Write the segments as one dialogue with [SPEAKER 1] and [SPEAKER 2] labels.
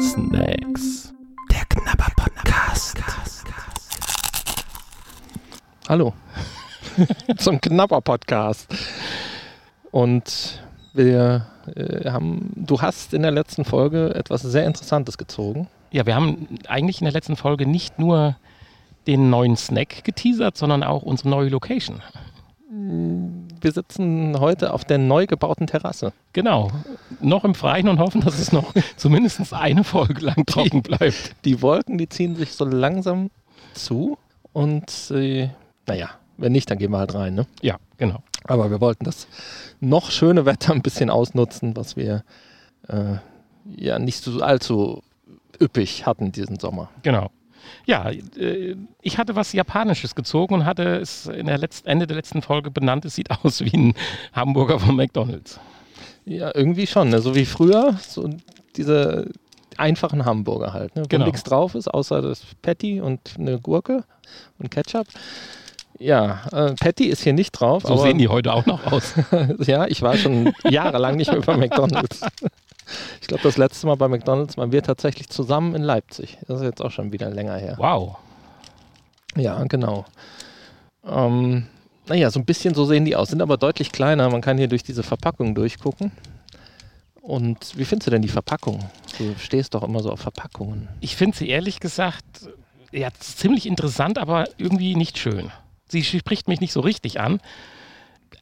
[SPEAKER 1] Snacks. Der Knapper Podcast.
[SPEAKER 2] Hallo zum Knapper Podcast. Und wir äh, haben, du hast in der letzten Folge etwas sehr Interessantes gezogen.
[SPEAKER 1] Ja, wir haben eigentlich in der letzten Folge nicht nur den neuen Snack geteasert, sondern auch unsere neue Location.
[SPEAKER 2] Wir sitzen heute auf der neu gebauten Terrasse.
[SPEAKER 1] Genau. Noch im Freien und hoffen, dass es noch zumindest eine Folge lang trocken bleibt.
[SPEAKER 2] Die Wolken, die ziehen sich so langsam zu und äh, naja, wenn nicht, dann gehen wir halt rein. Ne?
[SPEAKER 1] Ja, genau.
[SPEAKER 2] Aber wir wollten das noch schöne Wetter ein bisschen ausnutzen, was wir äh, ja nicht so allzu üppig hatten diesen Sommer.
[SPEAKER 1] Genau. Ja, äh, ich hatte was Japanisches gezogen und hatte es in der letzten, Ende der letzten Folge benannt. Es sieht aus wie ein Hamburger von McDonalds.
[SPEAKER 2] Ja, irgendwie schon. Ne? So wie früher, so diese einfachen Hamburger halt, ne? wo
[SPEAKER 1] Genau.
[SPEAKER 2] nichts drauf ist, außer das Patty und eine Gurke und Ketchup. Ja, äh, Patty ist hier nicht drauf.
[SPEAKER 1] So sehen die heute auch noch aus.
[SPEAKER 2] Ja, ich war schon jahrelang nicht mehr bei McDonalds. Ich glaube, das letzte Mal bei McDonalds waren wir tatsächlich zusammen in Leipzig. Das ist jetzt auch schon wieder länger her.
[SPEAKER 1] Wow.
[SPEAKER 2] Ja, genau. Ähm, naja, so ein bisschen so sehen die aus, sind aber deutlich kleiner. Man kann hier durch diese Verpackung durchgucken. Und wie findest du denn die Verpackung? Du stehst doch immer so auf Verpackungen.
[SPEAKER 1] Ich finde sie ehrlich gesagt ja, ziemlich interessant, aber irgendwie nicht schön. Sie spricht mich nicht so richtig an.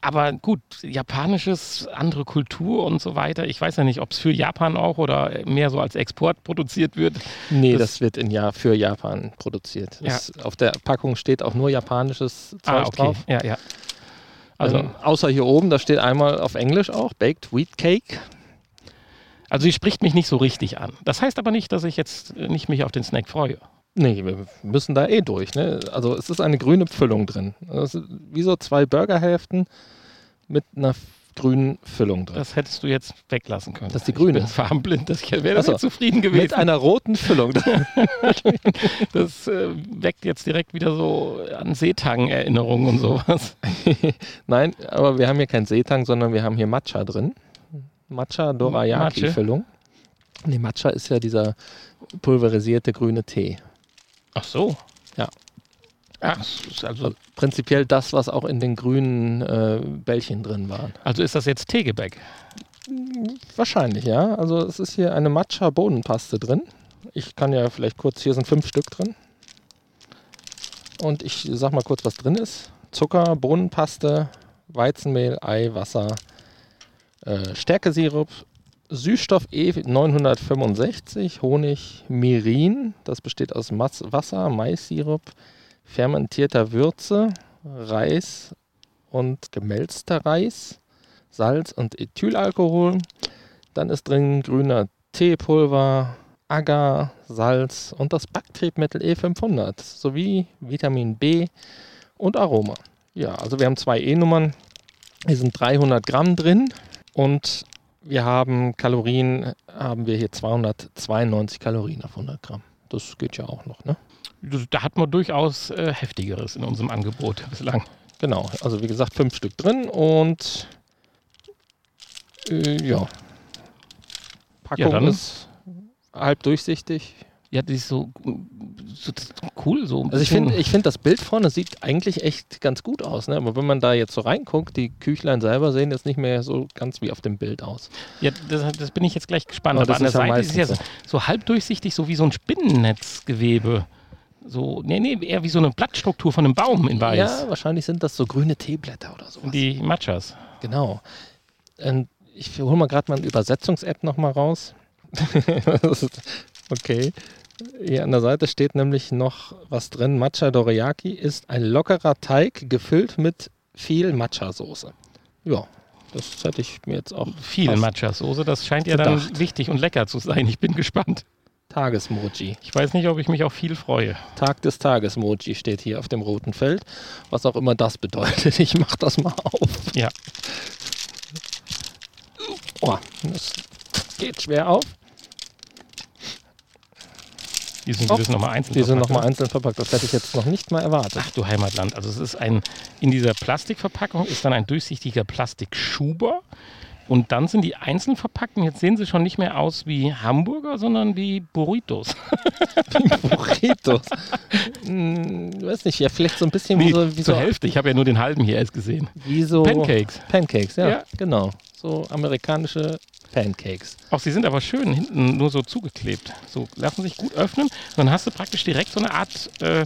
[SPEAKER 1] Aber gut, japanisches, andere Kultur und so weiter. Ich weiß ja nicht, ob es für Japan auch oder mehr so als Export produziert wird.
[SPEAKER 2] Nee, das,
[SPEAKER 1] Das-
[SPEAKER 2] wird in ja für Japan produziert.
[SPEAKER 1] Ja.
[SPEAKER 2] Es, auf der Packung steht auch nur japanisches Zeug drauf.
[SPEAKER 1] Ja, ja. Also,
[SPEAKER 2] Ah, ähm, außer hier oben, da steht einmal auf Englisch auch Baked Wheat Cake.
[SPEAKER 1] also sie spricht mich nicht so richtig an. Das heißt aber nicht, dass ich jetzt äh, nicht mich auf den Snack freue.
[SPEAKER 2] Nee, wir müssen da eh durch. Ne? Also es ist eine grüne Füllung drin. Das ist wie so zwei Burgerhälften mit einer f- grünen Füllung drin.
[SPEAKER 1] Das hättest du jetzt weglassen können.
[SPEAKER 2] Das ist die
[SPEAKER 1] Ich
[SPEAKER 2] grüne.
[SPEAKER 1] bin farbenblind, das wäre
[SPEAKER 2] Ach so.
[SPEAKER 1] damit zufrieden
[SPEAKER 2] mit
[SPEAKER 1] gewesen.
[SPEAKER 2] einer roten Füllung drin.
[SPEAKER 1] Das äh, weckt jetzt direkt wieder so an Seetang-Erinnerungen und sowas.
[SPEAKER 2] Nein, aber wir haben hier keinen Seetang, sondern wir haben hier Matcha drin. Matcha Dorayaki
[SPEAKER 1] Matcha?
[SPEAKER 2] Füllung. Nee, Matcha ist ja dieser pulverisierte grüne Tee.
[SPEAKER 1] Ach so.
[SPEAKER 2] Ja.
[SPEAKER 1] Ach, es ist also,
[SPEAKER 2] Also prinzipiell das, was auch in den grünen äh, Bällchen drin waren.
[SPEAKER 1] also ist das jetzt Teegebäck?
[SPEAKER 2] Wahrscheinlich, ja. Also es ist hier eine Matcha-Bohnenpaste drin. Ich kann ja vielleicht kurz, hier sind fünf Stück drin. Und ich sag mal kurz, was drin ist. Zucker, Bohnenpaste, Weizenmehl, Ei, Wasser, äh, Stärkesirup, Süßstoff E965, Honig, Mirin, das besteht aus Mas Wasser, Maissirup, fermentierter Würze, Reis und gemälzter Reis, Salz und Ethylalkohol, dann ist drin grüner Teepulver, Agar, Salz und das Backtriebmittel E500 sowie Vitamin B und Aroma. Ja, also wir haben zwei E-Nummern. Hier sind 300 Gramm drin und wir haben Kalorien, haben wir hier 292 Kalorien auf 100 Gramm. Das geht ja auch noch, ne?
[SPEAKER 1] Da hat man durchaus äh, heftigeres in unserem Angebot bislang.
[SPEAKER 2] Genau, also wie gesagt, fünf Stück drin und äh, ja. Packung
[SPEAKER 1] Ja, dann-
[SPEAKER 2] ist halb durchsichtig.
[SPEAKER 1] Ja, die ist so, so cool. So ein
[SPEAKER 2] Also ich
[SPEAKER 1] bisschen-
[SPEAKER 2] finde, ich find, das Bild vorne sieht eigentlich echt ganz gut aus. Ne? Aber wenn man da jetzt so reinguckt, die Küchlein selber sehen jetzt nicht mehr so ganz wie auf dem Bild aus.
[SPEAKER 1] Ja, das, das bin ich jetzt gleich gespannt.
[SPEAKER 2] Aber
[SPEAKER 1] Aber
[SPEAKER 2] das
[SPEAKER 1] an der
[SPEAKER 2] ist ja
[SPEAKER 1] Seite ist es ja so,
[SPEAKER 2] meistens
[SPEAKER 1] so halb durchsichtig, so wie so ein Spinnennetzgewebe. So, nee, nee, eher wie so eine Blattstruktur von einem Baum in Weiß.
[SPEAKER 2] Ja, wahrscheinlich sind das so grüne Teeblätter oder sowas.
[SPEAKER 1] Die Matchas.
[SPEAKER 2] Genau. Ähm, ich hole mal gerade meine Übersetzungs-App nochmal raus. Das ist- okay. Hier an der Seite steht nämlich noch was drin. Matcha Dorayaki ist ein lockerer Teig gefüllt mit viel Matcha-Soße. Ja, das hätte ich mir jetzt auch
[SPEAKER 1] Viel
[SPEAKER 2] fast-
[SPEAKER 1] Matcha-Soße, das scheint ja dann
[SPEAKER 2] Verdacht.
[SPEAKER 1] wichtig und lecker zu sein. Ich bin gespannt.
[SPEAKER 2] Tagesmoji.
[SPEAKER 1] Ich weiß nicht, ob ich mich auf viel freue.
[SPEAKER 2] Tag des Tages Moji steht hier auf dem roten Feld. Was auch immer das bedeutet. Ich mach das mal auf.
[SPEAKER 1] Ja.
[SPEAKER 2] Oh, das geht schwer auf.
[SPEAKER 1] Die sind,
[SPEAKER 2] Oh,
[SPEAKER 1] die sind nochmal einzeln.
[SPEAKER 2] Die sind
[SPEAKER 1] verpackt,
[SPEAKER 2] nochmal
[SPEAKER 1] ne?
[SPEAKER 2] einzeln verpackt. Das hätte ich jetzt noch nicht mal erwartet.
[SPEAKER 1] Ach du Heimatland. Also es ist ein, in dieser Plastikverpackung ist dann ein durchsichtiger Plastikschuber, Und dann sind die einzeln verpackt und jetzt sehen sie schon nicht mehr aus wie Hamburger, sondern wie Burritos.
[SPEAKER 2] Burritos. hm, weiß nicht, ja, vielleicht so ein bisschen wie so, wie so,
[SPEAKER 1] zur Hälfte. Ich habe ja nur den halben hier erst gesehen.
[SPEAKER 2] wie so
[SPEAKER 1] Pancakes.
[SPEAKER 2] Pancakes, ja,
[SPEAKER 1] Ja.
[SPEAKER 2] genau. So amerikanische Pancakes.
[SPEAKER 1] Auch sie sind aber schön hinten nur so zugeklebt. So lassen sich gut öffnen. Und dann hast du praktisch direkt so eine Art äh,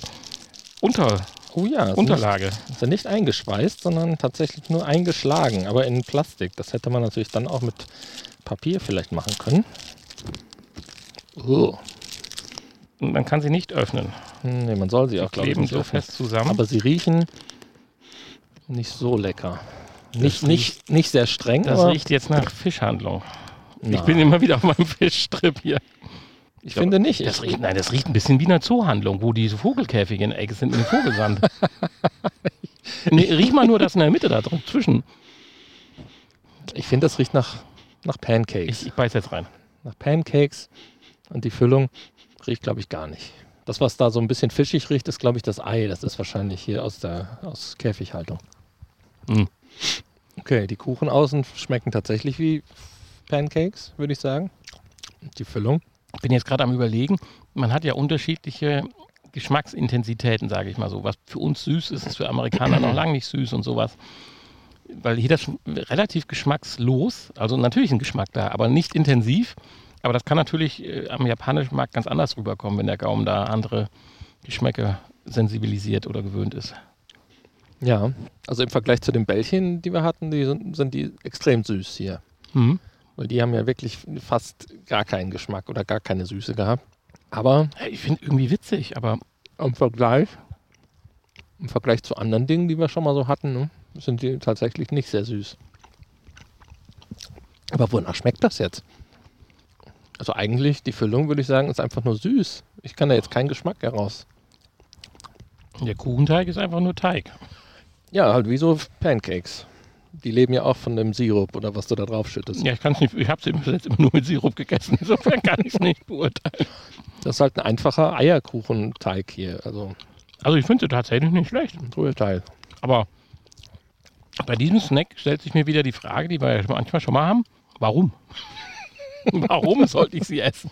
[SPEAKER 1] Unter,
[SPEAKER 2] Oh ja, sind
[SPEAKER 1] Unterlage.
[SPEAKER 2] Ist ja Also nicht eingeschweißt, sondern tatsächlich nur eingeschlagen, aber in Plastik. Das hätte man natürlich dann auch mit Papier vielleicht machen können. Oh.
[SPEAKER 1] Und man kann sie nicht öffnen.
[SPEAKER 2] Hm, Nee, man soll sie auch, glaube ich,
[SPEAKER 1] Kleben
[SPEAKER 2] nicht
[SPEAKER 1] so
[SPEAKER 2] öffnen.
[SPEAKER 1] fest zusammen.
[SPEAKER 2] Aber sie riechen nicht so lecker. Nicht,
[SPEAKER 1] riecht-
[SPEAKER 2] nicht, nicht sehr streng,
[SPEAKER 1] das
[SPEAKER 2] aber
[SPEAKER 1] riecht jetzt nach Fischhandlung.
[SPEAKER 2] na,
[SPEAKER 1] Ich bin immer wieder auf meinem Fischstrip hier.
[SPEAKER 2] ich finde nicht.
[SPEAKER 1] Das
[SPEAKER 2] Ich,
[SPEAKER 1] riecht, nein, das riecht ein bisschen wie eine Zoohandlung, wo diese Vogelkäfige in der Ecke sind mit dem Vogelsand. nee, riech mal nur das in der Mitte da drin, zwischen.
[SPEAKER 2] ich finde, das riecht nach, nach Pancakes.
[SPEAKER 1] Ich, ich beiß jetzt rein.
[SPEAKER 2] nach Pancakes und die Füllung riecht, glaube ich, gar nicht. Das, was da so ein bisschen fischig riecht, ist, glaube ich, das Ei. Das ist wahrscheinlich hier aus der aus Käfighaltung.
[SPEAKER 1] Hm.
[SPEAKER 2] Okay, die Kuchen außen schmecken tatsächlich wie Pancakes, würde ich sagen. Die Füllung.
[SPEAKER 1] Ich bin jetzt gerade am überlegen, man hat ja unterschiedliche Geschmacksintensitäten, sage ich mal so. Was für uns süß ist, ist für Amerikaner noch lange nicht süß und sowas. Weil hier das schm- relativ geschmackslos, also natürlich ein Geschmack da, aber nicht intensiv. Aber das kann natürlich äh, am japanischen Markt ganz anders rüberkommen, wenn der Gaumen da andere Geschmäcke sensibilisiert oder gewöhnt ist.
[SPEAKER 2] Ja, also im Vergleich zu den Bällchen, die wir hatten, die sind, sind die extrem süß hier. Hm.
[SPEAKER 1] Mhm.
[SPEAKER 2] Weil die haben ja wirklich fast gar keinen Geschmack oder gar keine Süße gehabt. Aber
[SPEAKER 1] Ja, Ich finde irgendwie witzig, aber
[SPEAKER 2] im Vergleich, im Vergleich zu anderen Dingen, die wir schon mal so hatten, ne, sind die tatsächlich nicht sehr süß. Aber wonach schmeckt das jetzt? Also eigentlich, die Füllung würde ich sagen, ist einfach nur süß. Ich kann da jetzt keinen Geschmack heraus.
[SPEAKER 1] der Kuchenteig ist einfach nur Teig.
[SPEAKER 2] Ja, halt wie so Pancakes. Die leben ja auch von dem Sirup oder was du da drauf schüttest.
[SPEAKER 1] Ja, ich kann es nicht, ich habe es jetzt immer nur mit Sirup gegessen, insofern kann ich es nicht beurteilen.
[SPEAKER 2] Das ist halt ein einfacher Eierkuchenteig hier, also
[SPEAKER 1] Also ich finde sie tatsächlich nicht schlecht.
[SPEAKER 2] ein Rührteig.
[SPEAKER 1] Aber bei diesem Snack stellt sich mir wieder die Frage, die wir ja manchmal schon mal haben, warum? warum sollte ich sie essen?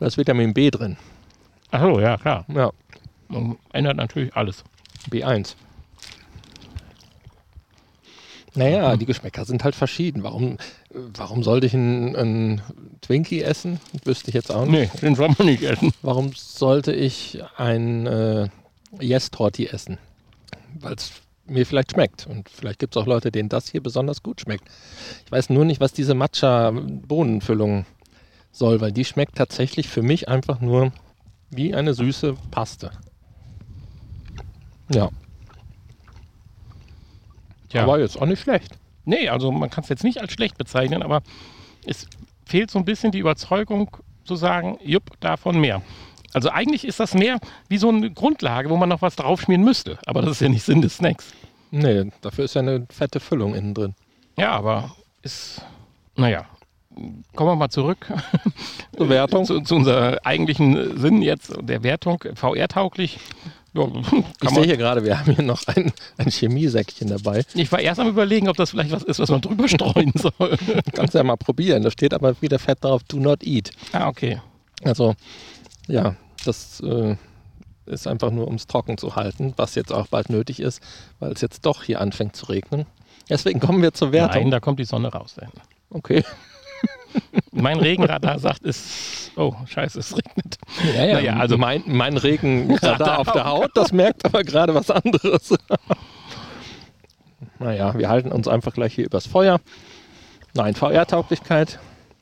[SPEAKER 2] Da ist Vitamin B drin.
[SPEAKER 1] Achso, ja, klar.
[SPEAKER 2] Ja,
[SPEAKER 1] Man ändert natürlich alles.
[SPEAKER 2] B1. Naja, die Geschmäcker sind halt verschieden. Warum, äh, warum sollte ich einen, einen Twinkie essen? Wüsste ich jetzt auch nicht.
[SPEAKER 1] Nee, den soll man nicht essen.
[SPEAKER 2] Warum sollte ich ein äh, Yes-Torti essen? Weil es mir vielleicht schmeckt. Und vielleicht gibt es auch Leute, denen das hier besonders gut schmeckt. Ich weiß nur nicht, was diese Matcha-Bohnenfüllung soll, weil die schmeckt tatsächlich für mich einfach nur wie eine süße Paste. Ja.
[SPEAKER 1] Tja.
[SPEAKER 2] Aber jetzt auch nicht schlecht.
[SPEAKER 1] nee, also man kann es jetzt nicht als schlecht bezeichnen, aber es fehlt so ein bisschen die Überzeugung zu sagen, jupp, davon mehr. Also eigentlich ist das mehr wie so eine Grundlage, wo man noch was draufschmieren müsste. Aber das ist ja nicht Sinn des Snacks.
[SPEAKER 2] Nee, dafür ist ja eine fette Füllung innen drin.
[SPEAKER 1] Ja, aber ist, naja, kommen wir mal zurück
[SPEAKER 2] Zur Wertung.
[SPEAKER 1] zu, zu unserer eigentlichen äh, Sinn jetzt der Wertung. VR-tauglich. Ja, kann
[SPEAKER 2] Ich
[SPEAKER 1] man-
[SPEAKER 2] sehe hier gerade, wir haben hier noch ein, ein Chemiesäckchen dabei.
[SPEAKER 1] ich war erst am überlegen, ob das vielleicht was ist, was man drüber streuen soll.
[SPEAKER 2] Kannst ja mal probieren. Da steht aber wieder fett drauf, do not eat.
[SPEAKER 1] ah, okay.
[SPEAKER 2] Also, ja, das äh, ist einfach nur, um es trocken zu halten, was jetzt auch bald nötig ist, weil es jetzt doch hier anfängt zu regnen. Deswegen kommen wir zur Wertung.
[SPEAKER 1] Nein, da kommt die Sonne raus. Dann.
[SPEAKER 2] Okay.
[SPEAKER 1] Mein Regenradar sagt, es. Oh, scheiße, es regnet.
[SPEAKER 2] Ja,
[SPEAKER 1] ja.
[SPEAKER 2] Naja, also mein, mein Regen da auf der Haut, das merkt aber gerade was anderes. naja, wir halten uns einfach gleich hier übers Feuer. Nein, VR-Tauglichkeit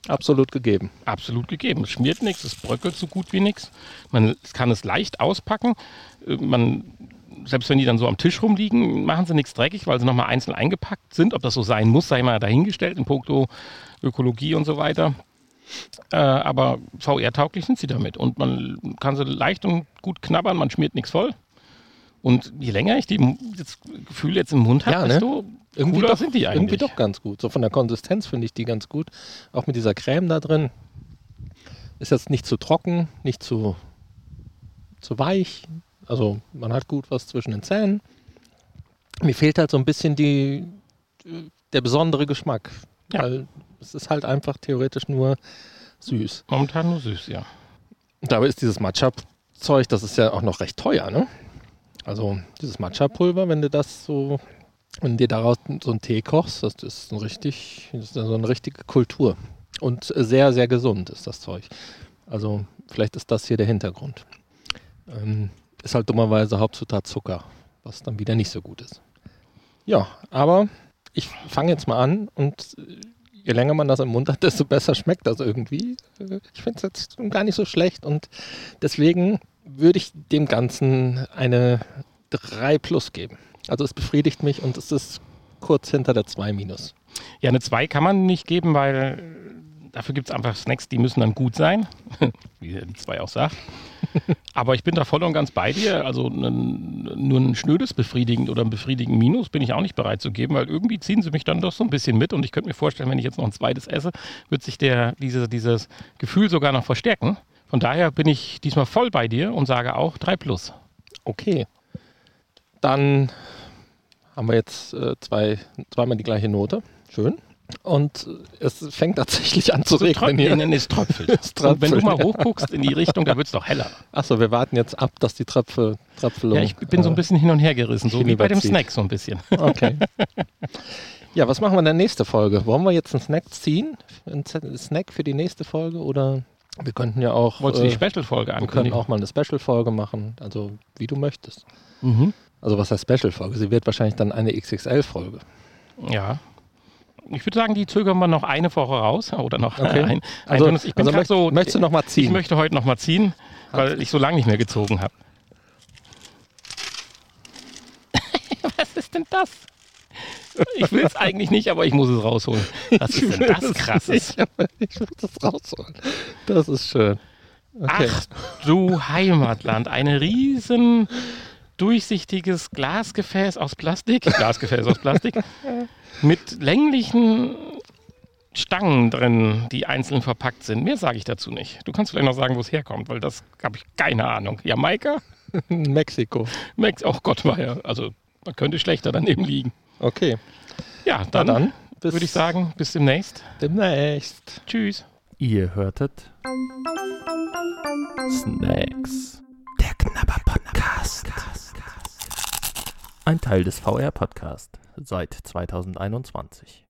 [SPEAKER 2] absolut gegeben.
[SPEAKER 1] Absolut gegeben. Es schmiert nichts, es bröckelt so gut wie nichts. Man kann es leicht auspacken. Äh, Man, selbst wenn die dann so am Tisch rumliegen, machen sie nichts dreckig, weil sie nochmal einzeln eingepackt sind. Ob das so sein muss, sei mal dahingestellt in puncto Ökologie und so weiter. Äh, aber VR-tauglich sind sie damit. Und man kann sie leicht und gut knabbern, man schmiert nichts voll. Und je länger ich die M- jetzt, Gefühl jetzt im Mund habe,
[SPEAKER 2] Ja, ne?
[SPEAKER 1] desto cooler
[SPEAKER 2] doch,
[SPEAKER 1] sind die eigentlich.
[SPEAKER 2] irgendwie doch ganz gut. So von der Konsistenz finde ich die ganz gut. Auch mit dieser Creme da drin. Ist jetzt nicht zu trocken, nicht zu, zu weich. Also man hat gut was zwischen den Zähnen. Mir fehlt halt so ein bisschen die, der äh, besondere Geschmack.
[SPEAKER 1] Ja.
[SPEAKER 2] Weil es ist halt einfach theoretisch nur süß.
[SPEAKER 1] Momentan nur süß, ja.
[SPEAKER 2] Dabei ist dieses Matcha-Zeug, das ist ja auch noch recht teuer, ne? Also dieses Matcha-Pulver, wenn du das so, wenn du dir daraus so einen Tee kochst, das ist ein richtig, das ist so eine richtige Kultur. Und sehr, sehr gesund ist das Zeug. Also vielleicht ist das hier der Hintergrund. Ähm, ist halt dummerweise Hauptzutat Zucker, was dann wieder nicht so gut ist. Ja, aber ich fange jetzt mal an und äh, je länger man das im Mund hat, desto besser schmeckt das irgendwie. Äh, Ich finde es jetzt gar nicht so schlecht und deswegen würde ich dem Ganzen eine 3 plus geben. Also es befriedigt mich und es ist kurz hinter der 2 minus.
[SPEAKER 1] Ja, eine 2 kann man nicht geben, weil äh, dafür gibt es einfach Snacks, die müssen dann gut sein, wie die 2 auch sagt. Aber ich bin da voll und ganz bei dir. Also nen- nur ein schnödes befriedigend oder ein befriedigend Minus bin ich auch nicht bereit zu geben, weil irgendwie ziehen sie mich dann doch so ein bisschen mit. Und ich könnte mir vorstellen, wenn ich jetzt noch ein zweites esse, wird sich der, diese, dieses Gefühl sogar noch verstärken. Von daher bin ich diesmal voll bei dir und sage auch 3 plus.
[SPEAKER 2] Okay, dann haben wir jetzt äh, zwei, zweimal die gleiche Note. Schön. Und äh, es fängt tatsächlich an zu regnen hier.
[SPEAKER 1] Tröpfeln, es tröpfelt.
[SPEAKER 2] Es
[SPEAKER 1] Und wenn du
[SPEAKER 2] tröpfelt,
[SPEAKER 1] mal
[SPEAKER 2] ja.
[SPEAKER 1] hochguckst in die Richtung, da wird es doch heller.
[SPEAKER 2] Achso, wir warten jetzt ab, dass die Tröpfe, Tröpfelung.
[SPEAKER 1] Ja, ich bin so ein
[SPEAKER 2] äh,
[SPEAKER 1] bisschen hin und her gerissen, so wie bei dem
[SPEAKER 2] hinüberzieht.
[SPEAKER 1] Snack so ein bisschen.
[SPEAKER 2] Okay. ja, was machen wir in der nächsten Folge? Wollen wir jetzt einen Snack ziehen? Einen Z- Snack für die nächste Folge? Oder wir könnten ja auch.
[SPEAKER 1] Wolltest du die
[SPEAKER 2] äh,
[SPEAKER 1] Special-Folge
[SPEAKER 2] wir können
[SPEAKER 1] ankündigen?
[SPEAKER 2] auch mal eine Special-Folge machen. Also, wie du möchtest.
[SPEAKER 1] Mhm.
[SPEAKER 2] Also, was heißt Special-Folge? Sie wird wahrscheinlich dann eine XXL-Folge.
[SPEAKER 1] Ja. Ich würde sagen, die zögern wir noch eine Woche raus oder noch
[SPEAKER 2] Okay.
[SPEAKER 1] ein. ein
[SPEAKER 2] Also,
[SPEAKER 1] Bonus. ich bin
[SPEAKER 2] also
[SPEAKER 1] grad
[SPEAKER 2] möcht,
[SPEAKER 1] so,
[SPEAKER 2] möchtest du nochmal ziehen?
[SPEAKER 1] ich möchte heute noch mal ziehen, weil ich so lange nicht mehr gezogen habe. Was ist denn das? Ich will es eigentlich nicht, aber ich muss es rausholen. Was ist denn das Krasses?
[SPEAKER 2] ich will das rausholen. Das ist schön. Okay.
[SPEAKER 1] Ach du Heimatland, ein riesen durchsichtiges Glasgefäß aus Plastik, Glasgefäß aus Plastik, mit länglichen Stangen drin, die einzeln verpackt sind. Mehr sage ich dazu nicht. Du kannst vielleicht noch sagen, wo es herkommt, weil das habe ich keine Ahnung. Jamaika?
[SPEAKER 2] Mexiko.
[SPEAKER 1] Max, oh Gott, war ja, also man könnte schlechter daneben liegen.
[SPEAKER 2] Okay.
[SPEAKER 1] Ja,
[SPEAKER 2] Na
[SPEAKER 1] dann,
[SPEAKER 2] dann. Bis
[SPEAKER 1] würde ich sagen, bis demnächst.
[SPEAKER 2] demnächst.
[SPEAKER 1] Tschüss.
[SPEAKER 3] Ihr hörtet Snacks. Der Knapper Podcast. Ein Teil des VR Podcast seit 2021.